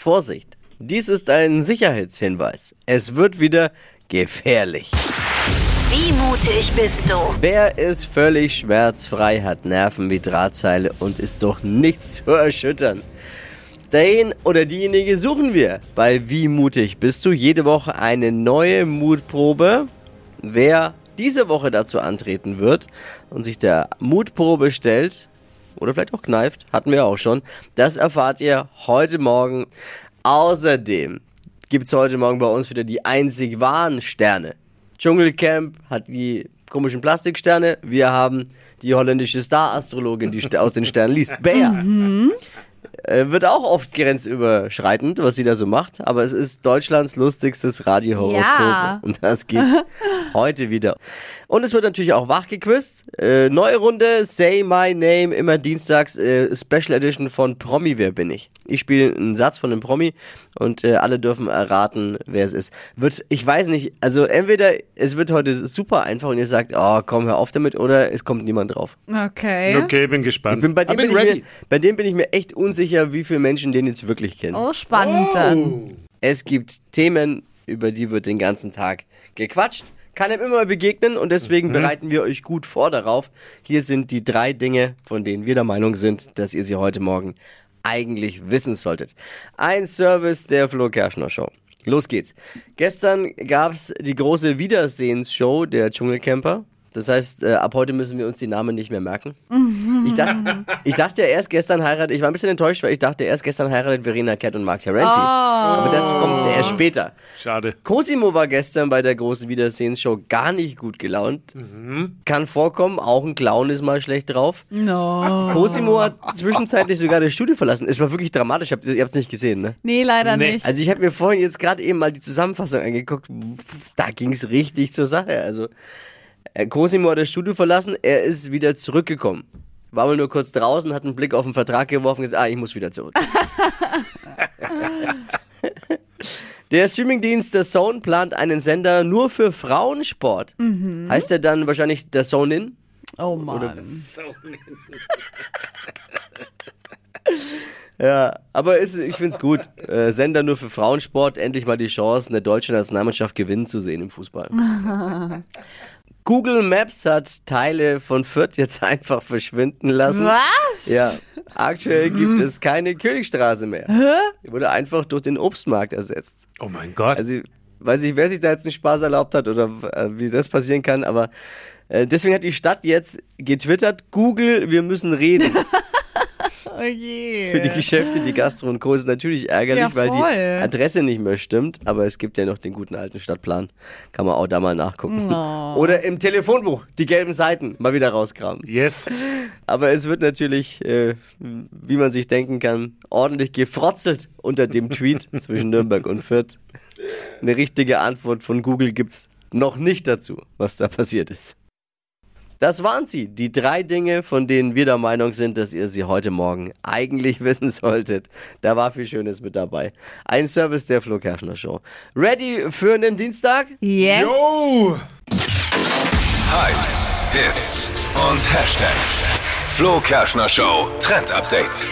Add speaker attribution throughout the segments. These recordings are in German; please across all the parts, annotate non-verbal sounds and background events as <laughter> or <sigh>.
Speaker 1: Vorsicht, dies ist ein Sicherheitshinweis. Es wird wieder gefährlich.
Speaker 2: Wie mutig bist du?
Speaker 1: Wer ist völlig schmerzfrei, hat Nerven wie Drahtseile und ist durch nichts zu erschüttern. Den oder diejenige suchen wir. Bei Wie mutig bist du? Jede Woche eine neue Mutprobe. Wer diese Woche dazu antreten wird und sich der Mutprobe stellt oder vielleicht auch kneift, hatten wir auch schon, das erfahrt ihr heute Morgen. Außerdem gibt es heute Morgen bei uns wieder die einzig wahren Sterne. Dschungelcamp hat die komischen Plastiksterne. Wir haben die holländische Star-Astrologin, die st- aus den Sternen liest. Bea. Äh, Wird auch oft grenzüberschreitend, was sie da so macht, aber es ist Deutschlands lustigstes Radiohoroskop
Speaker 3: Ja.
Speaker 1: und das gibt's heute wieder. Und es wird natürlich auch wachgequist. Äh, neue Runde, Say My Name, immer dienstags, äh, Special Edition von Promi, wer bin ich? Ich spiele einen Satz von einem Promi und äh, alle dürfen erraten, wer es ist. Wird, ich weiß nicht, also entweder es wird heute super einfach und ihr sagt, oh komm, hör auf damit, oder es kommt niemand drauf.
Speaker 3: Okay.
Speaker 4: Okay, bin gespannt.
Speaker 1: Bin, bei, dem
Speaker 4: Aber
Speaker 1: bin
Speaker 4: bin
Speaker 1: ich mir,
Speaker 4: ready.
Speaker 1: bei dem bin ich mir echt unsicher, wie viele Menschen den jetzt wirklich kennen.
Speaker 3: Oh, spannend dann.
Speaker 1: Es gibt Themen, über die wird den ganzen Tag gequatscht. Kann ihm immer begegnen und deswegen bereiten wir euch gut vor darauf. Hier sind die drei Dinge, von denen wir der Meinung sind, dass ihr sie heute Morgen eigentlich wissen solltet. Ein Service der Flo Kerschner Show. Los geht's. Gestern gab's die große Wiedersehensshow der Dschungelcamper. Das heißt, äh, ab heute müssen wir uns die Namen nicht mehr merken. Ich dachte, ich dachte ja erst gestern heiratet, ich war ein bisschen enttäuscht, weil ich dachte erst gestern heiratet Verena Kehrt und Mark Terenzi. Aber das kommt erst später.
Speaker 4: Schade.
Speaker 1: Cosimo war gestern bei der großen Wiedersehensshow gar nicht gut gelaunt. Kann vorkommen, auch ein Clown ist mal schlecht drauf.
Speaker 3: No.
Speaker 1: Cosimo hat zwischenzeitlich sogar das Studio verlassen. Es war wirklich dramatisch, habt ihr ihr habt's nicht gesehen, ne?
Speaker 3: Nee, leider
Speaker 4: Nee.
Speaker 3: nicht.
Speaker 1: Also ich habe mir vorhin jetzt gerade eben mal die Zusammenfassung angeguckt. Pff, Da ging's richtig zur Sache. Also äh, Cosimo hat das Studio verlassen, er ist wieder zurückgekommen. War mal nur kurz draußen, hat einen Blick auf den Vertrag geworfen und gesagt, ah, ich muss wieder zurück. Der Streamingdienst The Zone plant einen Sender nur für Frauensport. Heißt er dann wahrscheinlich The Zone In?
Speaker 3: oh Mann.
Speaker 1: Ja, aber ist, ich find's gut. Äh, Sender nur für Frauensport, endlich mal die Chance, eine deutsche Nationalmannschaft gewinnen zu sehen im Fußball. Google Maps hat Teile von Fürth jetzt <laughs> einfach verschwinden lassen.
Speaker 3: Was?
Speaker 1: Ja, aktuell gibt es keine Königstraße mehr. Die wurde einfach durch den Obstmarkt ersetzt.
Speaker 4: Oh mein Gott.
Speaker 1: Also, weiß ich, wer sich da jetzt einen Spaß erlaubt hat oder äh, wie das passieren kann, aber äh, deswegen hat die Stadt jetzt getwittert, Google, wir müssen reden.
Speaker 3: Oh je.
Speaker 1: Für die Geschäfte, die Gastro und Co. ist es natürlich ärgerlich,
Speaker 3: Ja,
Speaker 1: weil die
Speaker 3: voll.
Speaker 1: Adresse nicht mehr stimmt. Aber es gibt ja noch den guten alten Stadtplan. Kann man auch da mal nachgucken.
Speaker 3: Oh.
Speaker 1: Oder im Telefonbuch, die gelben Seiten, mal wieder rausgraben. <laughs>
Speaker 4: yes.
Speaker 1: Ah. Aber es wird natürlich, äh, wie man sich denken kann, ordentlich gefrotzelt unter dem Tweet zwischen Nürnberg und Fürth. Eine richtige Antwort von Google gibt's noch nicht dazu, was da passiert ist. Das waren sie, die drei Dinge, von denen wir der Meinung sind, dass ihr sie heute Morgen eigentlich <laughs> wissen solltet. Da war viel Schönes mit dabei. Ein Service der Flo Kerschner Show. Ready für einen Dienstag?
Speaker 3: Yes.
Speaker 4: Oh.
Speaker 5: Hypes, Hits und Hashtags. Flo Kerschner Show Trend Update.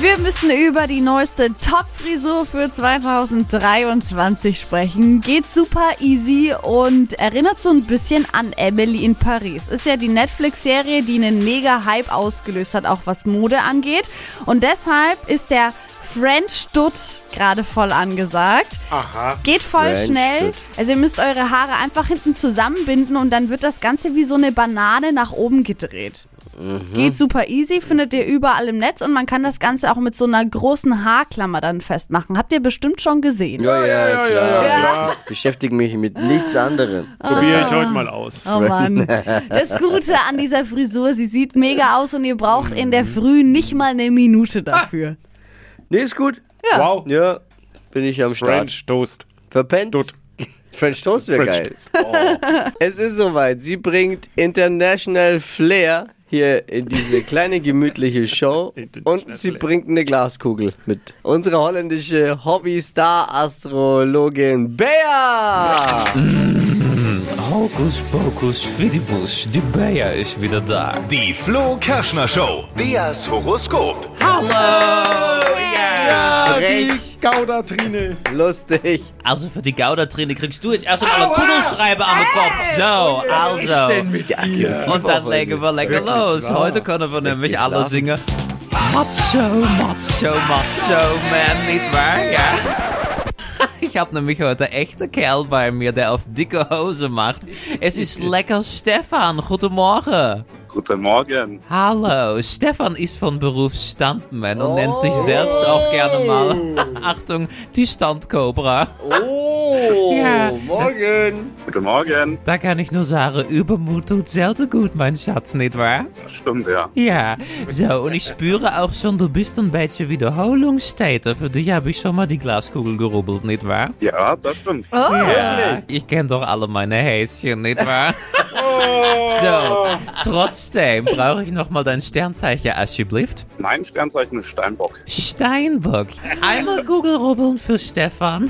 Speaker 3: Wir müssen über die neueste Top-Frisur für 2023 sprechen. Geht super easy und erinnert so ein bisschen an Emily in Paris. Ist ja die Netflix-Serie, die einen mega Hype ausgelöst hat, auch was Mode angeht. Und deshalb ist der French Dutt gerade voll angesagt.
Speaker 4: Aha.
Speaker 3: Geht voll
Speaker 1: French
Speaker 3: schnell.
Speaker 1: Dutt.
Speaker 3: Also ihr müsst eure Haare einfach hinten zusammenbinden und dann wird das Ganze wie so eine Banane nach oben gedreht. Geht super easy, findet ihr überall im Netz und man kann das Ganze auch mit so einer großen Haarklammer dann festmachen. Habt ihr bestimmt schon gesehen.
Speaker 1: Ja, ja, Ah.
Speaker 4: ja,
Speaker 1: Ich beschäftige mich mit nichts anderem.
Speaker 4: Probiere ich heute mal aus.
Speaker 3: Oh Mann. Das Gute an dieser Frisur, sie sieht mega aus und ihr braucht in der Früh nicht mal eine Minute dafür.
Speaker 1: Nee, ist gut.
Speaker 4: Wow.
Speaker 1: Ja, bin ich am Start.
Speaker 4: French Toast.
Speaker 1: Verpennt.
Speaker 4: Dutt.
Speaker 1: French Oh. Toast wäre
Speaker 4: French
Speaker 1: geil. <laughs> Es ist soweit. Sie bringt International Flair hier in diese kleine gemütliche Show und
Speaker 4: International
Speaker 1: sie
Speaker 4: Flair.
Speaker 1: bringt eine Glaskugel mit. Unsere holländische Hobby-Star-Astrologin Bea.
Speaker 6: Hocus pocus fidibus, die Bayer ist wieder da.
Speaker 5: Die Flo Kerschner Show. Beas Horoskop.
Speaker 4: Hallo. Ja.
Speaker 7: Ja,
Speaker 1: Frech.
Speaker 7: die Gaudatrine.
Speaker 1: Lustig.
Speaker 6: Also für die Gauderträne kriegst du jetzt erst einmal einen Kugelschreiber am Kopf. So, also.
Speaker 1: mit dir?
Speaker 6: Und dann legen wir lecker los. Heute können wir nämlich alle singen. Macho, Macho, Macho Man, nicht wahr? Ja. <laughs> Ich habe nämlich heute einen echten Kerl bei mir, der auf dicke Hose macht. Es ist lecker Stefan. Guten Morgen.
Speaker 8: Guten Morgen.
Speaker 6: Hallo, Stefan ist von Beruf Standman und nennt sich selbst auch gerne mal, Achtung, die Standcobra.
Speaker 1: Oh,
Speaker 6: Ja.
Speaker 1: morgen.
Speaker 8: Guten Morgen.
Speaker 6: Da kann ich nur sagen, Übermut tut selten gut, mein Schatz, nicht wahr?
Speaker 8: Stimmt, ja.
Speaker 6: Ja, so, und ich spüre auch schon, du bist ein bisschen Wiederholungstäter. Für dich habe ich schon mal die Glaskugel gerubbelt, nicht wahr?
Speaker 8: Ja, das stimmt.
Speaker 6: Ja, ich kenne doch alle meine Häschen, nicht wahr? So, trotzdem brauche ich nochmal dein Sternzeichen, alsjeblieft.
Speaker 8: Mein Sternzeichen ist Steinbock.
Speaker 6: Steinbock. Einmal Google rubbeln für Stefan.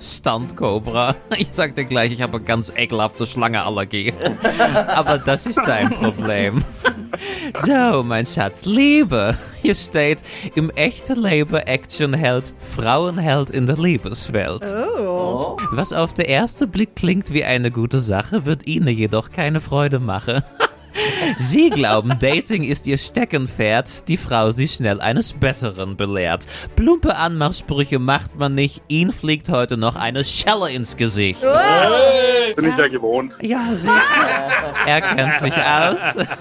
Speaker 6: Standkobra. <laughs> Ich sagte gleich, ich habe eine ganz ekelhafte Schlangeallergie. <laughs> Aber das ist dein Problem. <laughs> So, mein Schatz, Liebe. Hier steht, im echten Leben Actionheld, Frauenheld in der Liebeswelt.
Speaker 3: Oh.
Speaker 6: Was auf den ersten Blick klingt wie eine gute Sache, wird Ihnen jedoch keine Freude machen. <laughs> Sie glauben, Dating ist ihr Steckenpferd, die Frau sie schnell eines Besseren belehrt. Plumpe Anmachsprüche macht man nicht, ihnen fliegt heute noch eine Schelle ins Gesicht.
Speaker 8: Bin ich ja gewohnt.
Speaker 6: Ja, sicher. Er kennt sich aus. <laughs>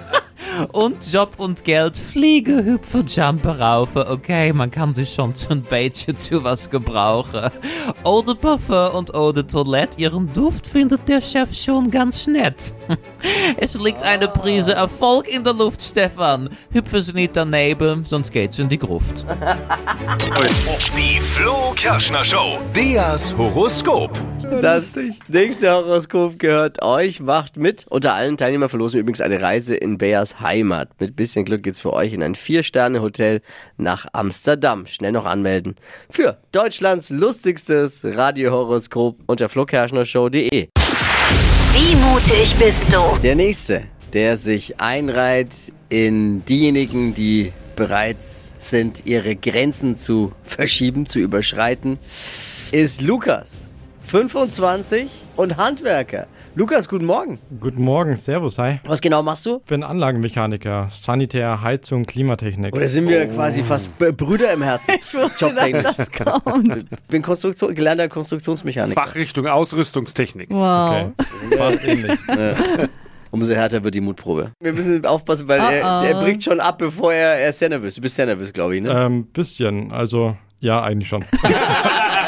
Speaker 6: Und Job und Geld, Fliege, Hüpfe, Jumper, Raufe, okay, man kann sich schon zu ein bisschen zu was gebrauchen. Ode Parfum und Ode Toilette, ihren Duft findet der Chef schon ganz nett. <laughs> Es liegt eine Prise Erfolg in der Luft, Stefan. Hüpfen Sie nicht daneben, sonst geht's in die Gruft.
Speaker 5: Die Flo Kerschner Show. Beas Horoskop.
Speaker 1: Das nächste Horoskop gehört euch. Macht mit. Unter allen Teilnehmern verlosen wir übrigens eine Reise in Beas Heimat. Mit bisschen Glück geht's für euch in ein Vier-Sterne-Hotel nach Amsterdam. Schnell noch anmelden. Für Deutschlands lustigstes Radiohoroskop unter flokerschnershow.de.
Speaker 2: Wie mutig bist du?
Speaker 1: Der nächste, der sich einreiht in diejenigen, die bereit sind, ihre Grenzen zu verschieben, zu überschreiten, ist Lukas. 25 und Handwerker. Lukas, guten Morgen.
Speaker 9: Guten Morgen, Servus, hi.
Speaker 1: Was genau machst du?
Speaker 9: Ich bin Anlagenmechaniker, Sanitär, Heizung, Klimatechnik.
Speaker 1: Oder sind wir quasi fast B- Brüder im Herzen?
Speaker 3: Oh. <laughs> Ich wusste, dass das kommt.
Speaker 1: bin Konstruktion, gelernter Konstruktionsmechaniker.
Speaker 4: Fachrichtung Ausrüstungstechnik.
Speaker 9: Okay.
Speaker 3: Wow.
Speaker 1: Genau.
Speaker 9: <laughs> Fast ähnlich.
Speaker 1: Umso härter wird die Mutprobe. Wir müssen aufpassen, weil er, er bringt schon ab, bevor er, er ist sehr nervös. Du bist sehr nervös, glaube ich, ne?
Speaker 3: Uh-huh.
Speaker 9: ähm, bisschen, also ja, eigentlich schon.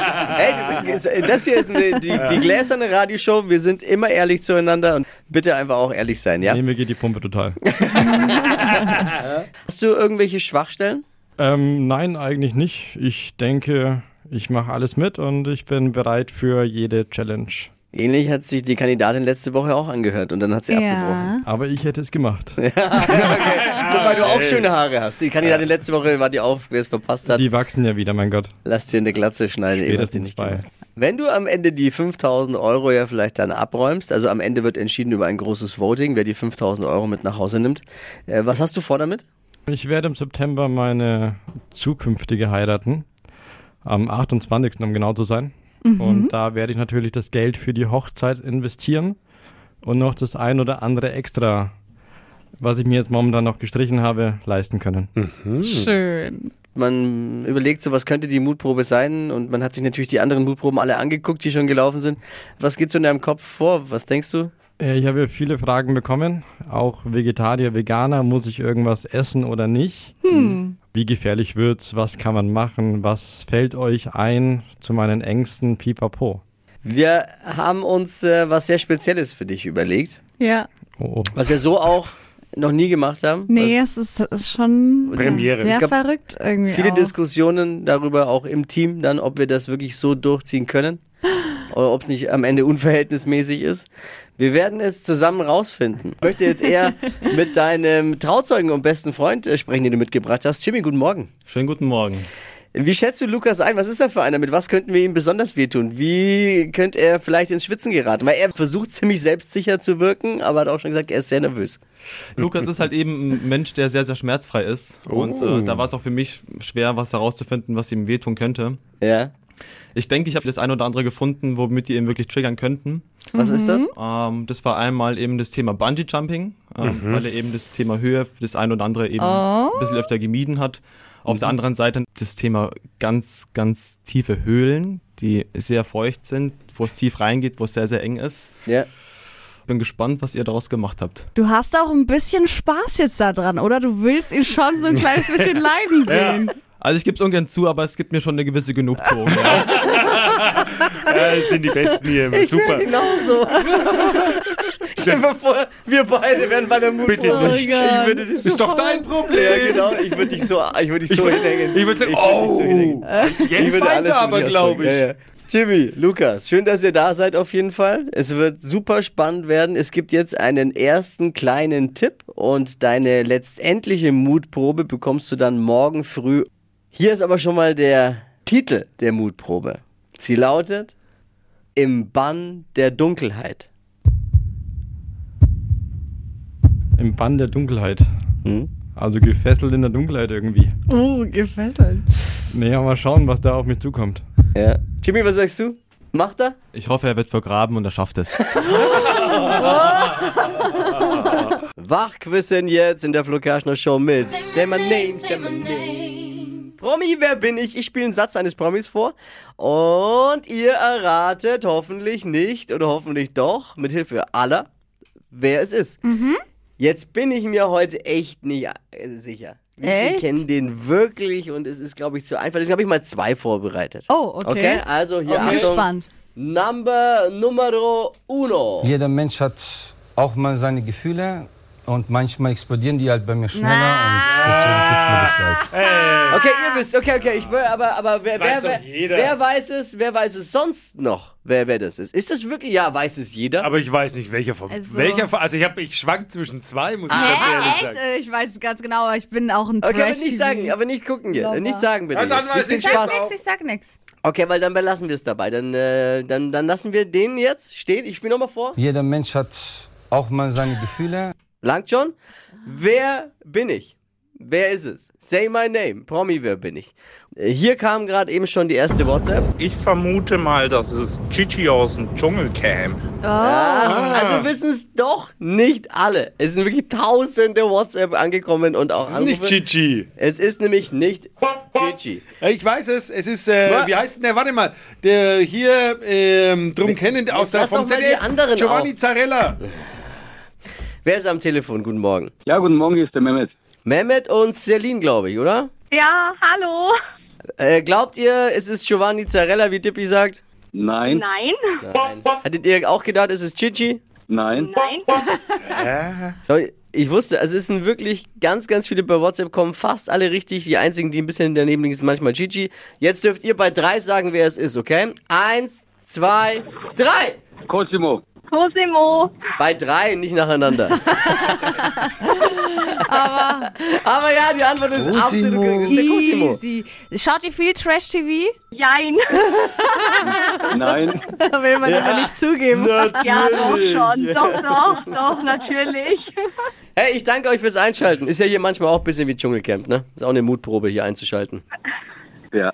Speaker 1: Hey, das hier ist eine, die, die gläserne Radioshow. Wir sind immer ehrlich zueinander und bitte einfach auch ehrlich sein, ja?
Speaker 9: Nee, mir geht die Pumpe total.
Speaker 1: Hast du irgendwelche Schwachstellen?
Speaker 9: ähm, nein, eigentlich nicht. Ich denke, ich mache alles mit und ich bin bereit für jede Challenge.
Speaker 1: Ähnlich hat sich die Kandidatin letzte Woche auch angehört und dann hat sie abgebrochen.
Speaker 3: Ja.
Speaker 9: Aber ich hätte es gemacht. <laughs> Ah,
Speaker 1: Wobei du auch schöne Haare hast. Die Kandidatin letzte Woche war die auch, wer es verpasst hat,
Speaker 9: Die wachsen ja wieder, mein Gott.
Speaker 1: lass dir eine Glatze schneiden. eben hat sie
Speaker 9: Spätestens
Speaker 1: nicht
Speaker 9: bei.
Speaker 1: gemacht. Wenn du am Ende die 5000 Euro ja vielleicht dann abräumst, also am Ende wird entschieden über ein großes Voting, wer die 5000 Euro mit nach Hause nimmt. Äh, was hast du vor damit?
Speaker 9: Ich werde im September meine zukünftige heiraten. Am 28. um genau zu sein. Und da werde ich natürlich das Geld für die Hochzeit investieren und noch das ein oder andere extra, was ich mir jetzt momentan noch gestrichen habe, leisten können.
Speaker 3: Schön.
Speaker 1: man überlegt so, was könnte die Mutprobe sein und man hat sich natürlich die anderen Mutproben alle angeguckt, die schon gelaufen sind. Was geht so in deinem Kopf vor? Was denkst du?
Speaker 9: Äh, Ich habe viele Fragen bekommen, auch Vegetarier, Veganer, muss ich irgendwas essen oder nicht? Wie gefährlich wird's? Was kann man machen? Was fällt euch ein zu meinen Ängsten? Pipapo.
Speaker 1: Wir haben uns äh, was sehr Spezielles für dich überlegt,
Speaker 3: Ja.
Speaker 9: Oh, oh.
Speaker 1: was wir so auch noch nie gemacht haben.
Speaker 3: Nee,
Speaker 1: was
Speaker 3: es ist, es ist schon
Speaker 4: Premiere.
Speaker 1: Es
Speaker 3: sehr
Speaker 1: gab
Speaker 3: verrückt irgendwie.
Speaker 1: viele
Speaker 3: auch.
Speaker 1: Diskussionen darüber auch im Team dann, ob wir das wirklich so durchziehen können. Oder ob es nicht am Ende unverhältnismäßig ist. Wir werden es zusammen rausfinden. Ich möchte jetzt eher mit deinem Trauzeugen und besten Freund äh, sprechen, den du mitgebracht hast. Jimmy, guten Morgen.
Speaker 10: Schönen guten Morgen.
Speaker 1: Wie schätzt du Lukas ein? Was ist er für einer? Mit was könnten wir ihm besonders wehtun? Wie könnte er vielleicht ins Schwitzen geraten? Weil er versucht ziemlich selbstsicher zu wirken, aber hat auch schon gesagt, er ist sehr nervös.
Speaker 7: Lukas ist halt eben ein Mensch, der sehr, sehr schmerzfrei ist. Und äh, da war es auch für mich schwer, was herauszufinden, was ihm wehtun könnte.
Speaker 1: Ja.
Speaker 7: Ich denke, ich habe das ein oder andere gefunden, womit die ihn wirklich triggern könnten.
Speaker 1: Was ist das?
Speaker 7: Ähm, das war einmal eben das Thema Bungee Jumping, ähm, weil er eben das Thema Höhe, das ein oder andere eben ein bisschen öfter gemieden hat. Auf der anderen Seite das Thema ganz, ganz tiefe Höhlen, die sehr feucht sind, wo es tief reingeht, wo es sehr, sehr eng ist.
Speaker 1: Ja.
Speaker 7: Bin gespannt, was ihr daraus gemacht habt.
Speaker 3: Du hast auch ein bisschen Spaß jetzt da dran, oder? Du willst ihn schon
Speaker 1: <laughs>
Speaker 3: so ein kleines bisschen leiden sehen.
Speaker 7: Also ich gebe es ungern zu, aber es gibt mir schon eine gewisse Genugtuung. ja.
Speaker 4: Ja, das Äh, sind die
Speaker 1: <laughs>
Speaker 4: Besten hier. Super.
Speaker 1: Genauso. <laughs> Stell dir mal vor, wir beide wären bei der Mutter.
Speaker 4: Bitte nicht.
Speaker 1: Ich würde dich so
Speaker 4: Ist doch dein Problem.
Speaker 1: Ja, genau. Ich würde dich so, ich würde dich so hinhängen.
Speaker 4: Ich würde sagen, oh,
Speaker 1: Ich
Speaker 4: jetzt
Speaker 1: würde
Speaker 4: weiter
Speaker 1: alles
Speaker 4: aber, glaube ich.
Speaker 1: Ja, ja. Jimmy, Lukas, schön, dass ihr da seid auf jeden Fall. Es wird super spannend werden. Es gibt jetzt einen ersten kleinen Tipp und deine letztendliche Mutprobe bekommst du dann morgen früh. Hier ist aber schon mal der Titel der Mutprobe. Sie lautet Im Bann der Dunkelheit.
Speaker 9: Im Bann der Dunkelheit.
Speaker 1: Hm?
Speaker 9: Also gefesselt in der Dunkelheit irgendwie.
Speaker 3: Oh, gefesselt.
Speaker 9: Naja, mal schauen, was da auf mich zukommt.
Speaker 1: Ja. Jimmy, was sagst du? Macht er?
Speaker 7: Ich hoffe, er wird vergraben und er schafft es.
Speaker 1: Wachquissen jetzt in der Flo Kerschner Show mit Say my name, say my name. Promi, wer bin ich? Ich spiele einen Satz eines Promis vor und ihr erratet hoffentlich nicht oder hoffentlich doch mit Hilfe aller, wer es ist. Jetzt bin ich mir heute echt nicht äh, sicher. Wie viele
Speaker 3: Echt?
Speaker 1: kennen den wirklich und es ist, glaube ich, zu einfach. Deswegen habe ich mal zwei vorbereitet.
Speaker 3: Oh, okay.
Speaker 1: Okay, also hier
Speaker 3: Bin
Speaker 1: Achtung.
Speaker 3: gespannt.
Speaker 1: Number numero uno.
Speaker 10: Jeder Mensch hat auch mal seine Gefühle und manchmal explodieren die halt bei mir schneller und deswegen tut mir das leid.
Speaker 4: Äh,
Speaker 1: Okay, ihr wisst, okay, okay, ich will, aber, aber wer,
Speaker 4: weiß
Speaker 1: wer,
Speaker 4: doch
Speaker 1: wer,
Speaker 4: jeder.
Speaker 1: wer weiß es, wer weiß es sonst noch, wer, wer das ist? Ist das wirklich, ja, weiß es jeder?
Speaker 4: Aber ich weiß nicht, welcher von.
Speaker 3: Also-
Speaker 4: welcher von also ich, hab, ich schwank zwischen zwei, muss ich ganz ehrlich
Speaker 3: Hä, echt?
Speaker 4: sagen.
Speaker 3: Äh, Ich weiß es ganz genau, aber ich bin auch ein
Speaker 1: okay, aber
Speaker 3: trash
Speaker 1: nicht sagen, aber nicht gucken jetzt,
Speaker 3: Sauber.
Speaker 1: nicht sagen bitte
Speaker 4: Ja, dann
Speaker 1: jetzt,
Speaker 4: weiß
Speaker 1: nicht den
Speaker 4: ich
Speaker 1: Spaß.
Speaker 4: jetzt auch.
Speaker 3: ich sag nix.
Speaker 1: Okay, weil dann belassen wir es dabei, dann, äh, dann, dann lassen wir den jetzt stehen, ich spiele nochmal vor.
Speaker 10: Jeder Mensch hat auch mal seine Gefühle.
Speaker 1: Langt schon. Wer bin ich? Wer ist es? Say my name, Promi, wer bin ich? Äh, Hier kam gerade eben schon die erste WhatsApp.
Speaker 8: Ich vermute mal, dass es Gigi aus dem Dschungelcamp.
Speaker 1: Ah, also wissen es doch nicht alle. Es sind wirklich tausende WhatsApp angekommen und auch
Speaker 4: Das ist nicht
Speaker 1: Anrufe.
Speaker 4: Chichi.
Speaker 1: Es ist nämlich nicht Gigi.
Speaker 4: Äh, Ich weiß es. Es ist, äh,
Speaker 1: Was?
Speaker 4: wie heißt denn der? Warte mal. Der hier ähm, drum kennen aus der
Speaker 1: lass
Speaker 4: vom
Speaker 1: doch mal die
Speaker 4: ZDF.
Speaker 1: anderen
Speaker 4: Giovanni
Speaker 1: auch.
Speaker 4: Zarella.
Speaker 1: Wer ist am Telefon? Guten Morgen.
Speaker 8: Ja, guten Morgen, hier ist der Mehmet.
Speaker 1: Mehmet und Celine, glaube ich, oder?
Speaker 11: Ja, hallo.
Speaker 1: Äh, glaubt ihr, es ist Giovanni Zarella, wie Dippi sagt?
Speaker 8: Nein,
Speaker 11: Nein,
Speaker 1: Hattet ihr auch gedacht, es ist Gigi?
Speaker 8: nein.
Speaker 11: nein.
Speaker 1: <laughs> Leute, Ich wusste, also es sind wirklich ganz, ganz viele bei WhatsApp kommen, fast alle richtig. Die einzigen, die ein bisschen daneben liegen, sind manchmal Gigi. Jetzt dürft ihr bei drei sagen, wer es ist, okay? Eins, zwei, drei!
Speaker 8: Cosimo.
Speaker 11: Cosimo.
Speaker 1: Bei drei, nicht nacheinander. aber, aber ja, die Antwort ist absolut korrekt. Das ist der Cosimo.
Speaker 3: Easy. Schaut ihr viel Trash-TV? <laughs>
Speaker 11: Jein.
Speaker 8: Nein,
Speaker 3: Will man aber nicht zugeben.
Speaker 11: Ja, doch schon. Doch, doch, doch, natürlich.
Speaker 1: Hey, ich danke euch fürs Einschalten. Ist ja hier manchmal auch ein bisschen wie Dschungelcamp, ne? Ist auch eine Mutprobe, hier einzuschalten.
Speaker 8: ja.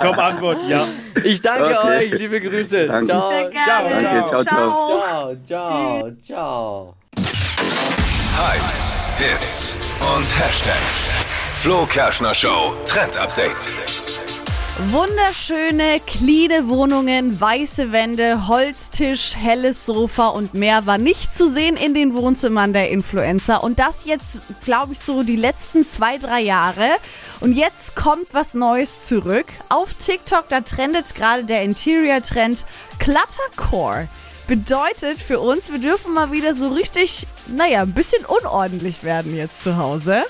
Speaker 4: Top Antwort, ja.
Speaker 1: Ich danke
Speaker 8: Okay.
Speaker 1: euch, liebe Grüße.
Speaker 8: Danke.
Speaker 1: Ciao,
Speaker 11: Sehr
Speaker 1: ciao,
Speaker 11: gerne.
Speaker 1: ciao,
Speaker 8: ciao, ciao.
Speaker 1: ciao, ciao, ciao.
Speaker 5: Hypes, Hits und Hashtags. Flo Kerschner Show Trend Update.
Speaker 3: Wunderschöne, cleane Wohnungen, weiße Wände, Holztisch, helles Sofa und mehr war nicht zu sehen in den Wohnzimmern der Influencer. Und das jetzt, glaube ich, so die letzten zwei, drei Jahre. Und jetzt kommt was Neues zurück. Auf TikTok, da trendet gerade der Interior-Trend Cluttercore. Bedeutet für uns, wir dürfen mal wieder so richtig, naja, ein bisschen unordentlich werden jetzt zu Hause.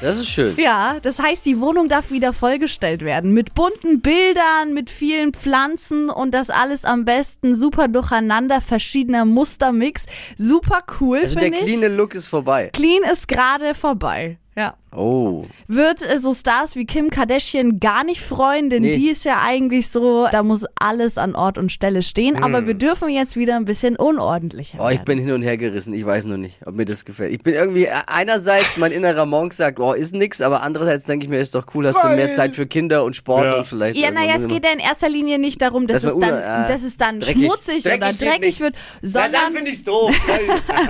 Speaker 1: Das ist schön.
Speaker 3: Ja, das heißt, die Wohnung darf wieder vollgestellt werden. Mit bunten Bildern, mit vielen Pflanzen und das alles am besten super durcheinander, verschiedener Mustermix. Super cool,
Speaker 1: Also der
Speaker 3: finde ich.
Speaker 1: cleane Look ist vorbei.
Speaker 3: Clean ist gerade vorbei. Ja.
Speaker 1: Oh.
Speaker 3: Wird äh, so Stars wie Kim Kardashian gar nicht freuen, denn
Speaker 1: Nee.
Speaker 3: die ist ja eigentlich so, da muss alles an Ort und Stelle stehen. Aber wir dürfen jetzt wieder ein bisschen unordentlicher.
Speaker 1: Mm. Oh, ich bin hin und her gerissen. Ich weiß noch nicht, ob mir das gefällt. Ich bin irgendwie, äh, einerseits mein innerer Monk sagt, oh, ist nix, aber andererseits denke ich mir, ist doch cool, hast du
Speaker 3: Weil-
Speaker 1: mehr Zeit für Kinder und Sport und vielleicht.
Speaker 3: Ja, naja, es
Speaker 1: irgendwas
Speaker 3: geht ja in erster Linie nicht darum, dass,
Speaker 1: Das
Speaker 3: es
Speaker 1: war
Speaker 3: dann,
Speaker 1: una- äh,
Speaker 3: dass es dann
Speaker 1: dreckig.
Speaker 3: schmutzig
Speaker 1: Dreckig
Speaker 3: oder
Speaker 1: geht
Speaker 3: dreckig
Speaker 1: nicht.
Speaker 3: wird, sondern.
Speaker 1: dann finde ich's
Speaker 3: <laughs>
Speaker 1: doof.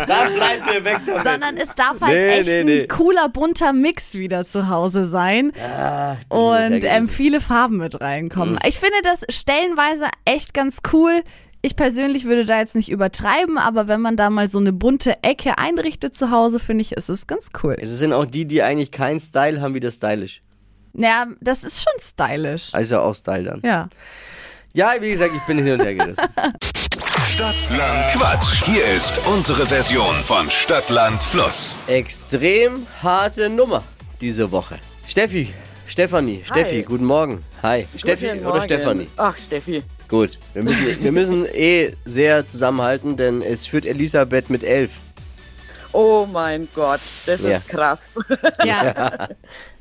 Speaker 1: dann bleibt mir weg damit.
Speaker 3: Sondern es darf halt
Speaker 1: Nee,
Speaker 3: echt
Speaker 1: nee,
Speaker 3: ein
Speaker 1: nee.
Speaker 3: cooler, bunter Mix wieder zu Hause sein.
Speaker 1: Ah,
Speaker 3: und ähm, viele Farben mit reinkommen.
Speaker 1: Mhm.
Speaker 3: Ich finde das stellenweise echt ganz cool. Ich persönlich würde da jetzt nicht übertreiben, aber wenn man da mal so eine bunte Ecke einrichtet zu Hause, finde ich, ist es ganz cool.
Speaker 1: Es sind auch die, die eigentlich keinen Style haben, wieder stylisch.
Speaker 3: Naja, das ist schon stylisch.
Speaker 1: Also auch Style dann.
Speaker 3: Ja.
Speaker 1: Ja, wie gesagt, ich bin hin und her
Speaker 3: <laughs>
Speaker 1: gerissen.
Speaker 5: Stadtland Quatsch. Hier ist unsere Version von Stadtland Fluss.
Speaker 1: Extrem harte Nummer diese Woche. Steffi, Stefanie, Steffi,
Speaker 12: Hi.
Speaker 1: guten Morgen. Hi, Steffi
Speaker 12: Guten
Speaker 1: oder
Speaker 12: Morgen.
Speaker 1: Stefanie?
Speaker 12: Ach, Steffi.
Speaker 1: Gut, wir müssen, wir müssen eh sehr zusammenhalten, denn es führt Elisabeth mit elf.
Speaker 12: Oh mein Gott, das
Speaker 1: Ja. Also
Speaker 12: ist krass.
Speaker 1: <laughs>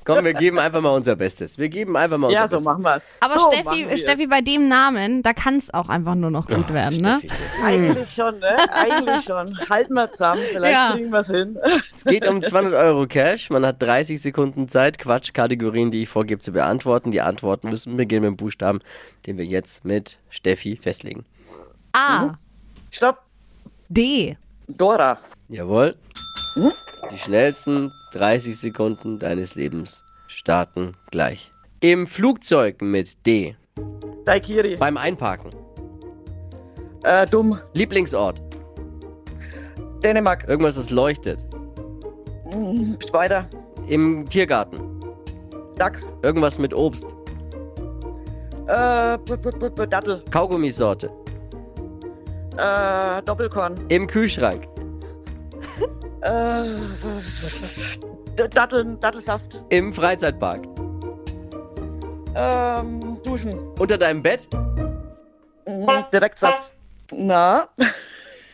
Speaker 1: Komm, wir geben einfach mal unser Bestes. Wir geben einfach mal unser
Speaker 12: ja, so
Speaker 1: Bestes.
Speaker 12: machen wir es.
Speaker 13: Aber
Speaker 12: so Oh, machen
Speaker 13: Steffi,
Speaker 12: wir's.
Speaker 13: Steffi, bei dem Namen, da kann es auch einfach nur noch gut werden, ne?
Speaker 12: Eigentlich schon, ne? Eigentlich schon. Halten wir zusammen, vielleicht
Speaker 13: Ja.
Speaker 12: kriegen wir es hin. <laughs>
Speaker 1: Es geht um 200 Euro Cash. Man hat 30 Sekunden Zeit, Quatschkategorien, die ich vorgebe, zu beantworten. Die Antworten müssen beginnen mit dem Buchstaben, den wir jetzt mit Steffi festlegen.
Speaker 13: A.
Speaker 12: Mhm. Stopp.
Speaker 13: D.
Speaker 12: Dora.
Speaker 1: Jawohl. Die schnellsten 30 Sekunden deines Lebens starten gleich. Im Flugzeug mit D.
Speaker 12: Daikiri.
Speaker 1: Beim Einparken.
Speaker 12: Äh, dumm.
Speaker 1: Lieblingsort.
Speaker 12: Dänemark.
Speaker 1: Irgendwas, das leuchtet.
Speaker 12: Hm, Weiter.
Speaker 1: Im Tiergarten.
Speaker 12: Dachs.
Speaker 1: Irgendwas mit Obst.
Speaker 12: Äh, p- p- p- p- Dattel.
Speaker 1: Kaugummisorte.
Speaker 12: Äh, Doppelkorn.
Speaker 1: Im Kühlschrank.
Speaker 12: Äh, D- Datteln, Dattelsaft.
Speaker 1: Im Freizeitpark.
Speaker 12: Ähm, Duschen.
Speaker 1: Unter deinem Bett.
Speaker 12: Hm, Direktsaft. Na?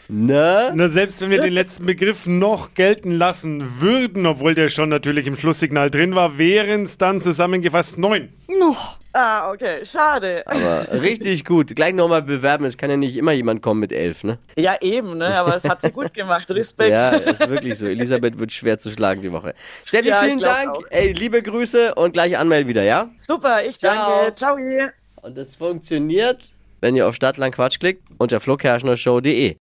Speaker 1: Na?
Speaker 12: <laughs>
Speaker 4: Na, selbst wenn wir den letzten Begriff noch gelten lassen würden, obwohl der schon natürlich im Schlusssignal drin war, wären es dann zusammengefasst neun.
Speaker 13: Noch.
Speaker 12: Ah, okay. Schade.
Speaker 1: Aber richtig gut. Gleich nochmal bewerben. Es kann ja nicht immer jemand kommen mit elf, ne?
Speaker 12: Ja, eben, ne? Aber es hat sie gut <laughs> gemacht. Respekt.
Speaker 1: Ja, ist wirklich so. Elisabeth wird schwer zu schlagen die Woche. Steffi,
Speaker 12: Ja, ich
Speaker 1: vielen
Speaker 12: glaub
Speaker 1: Dank.
Speaker 12: auch.
Speaker 1: Ey, liebe Grüße und gleich anmelden wieder, ja?
Speaker 12: <laughs> Super, ich danke. Ciao. ihr.
Speaker 1: Und das funktioniert, wenn ihr auf Stadtland Quatsch klickt, unter flokerschnershow.de.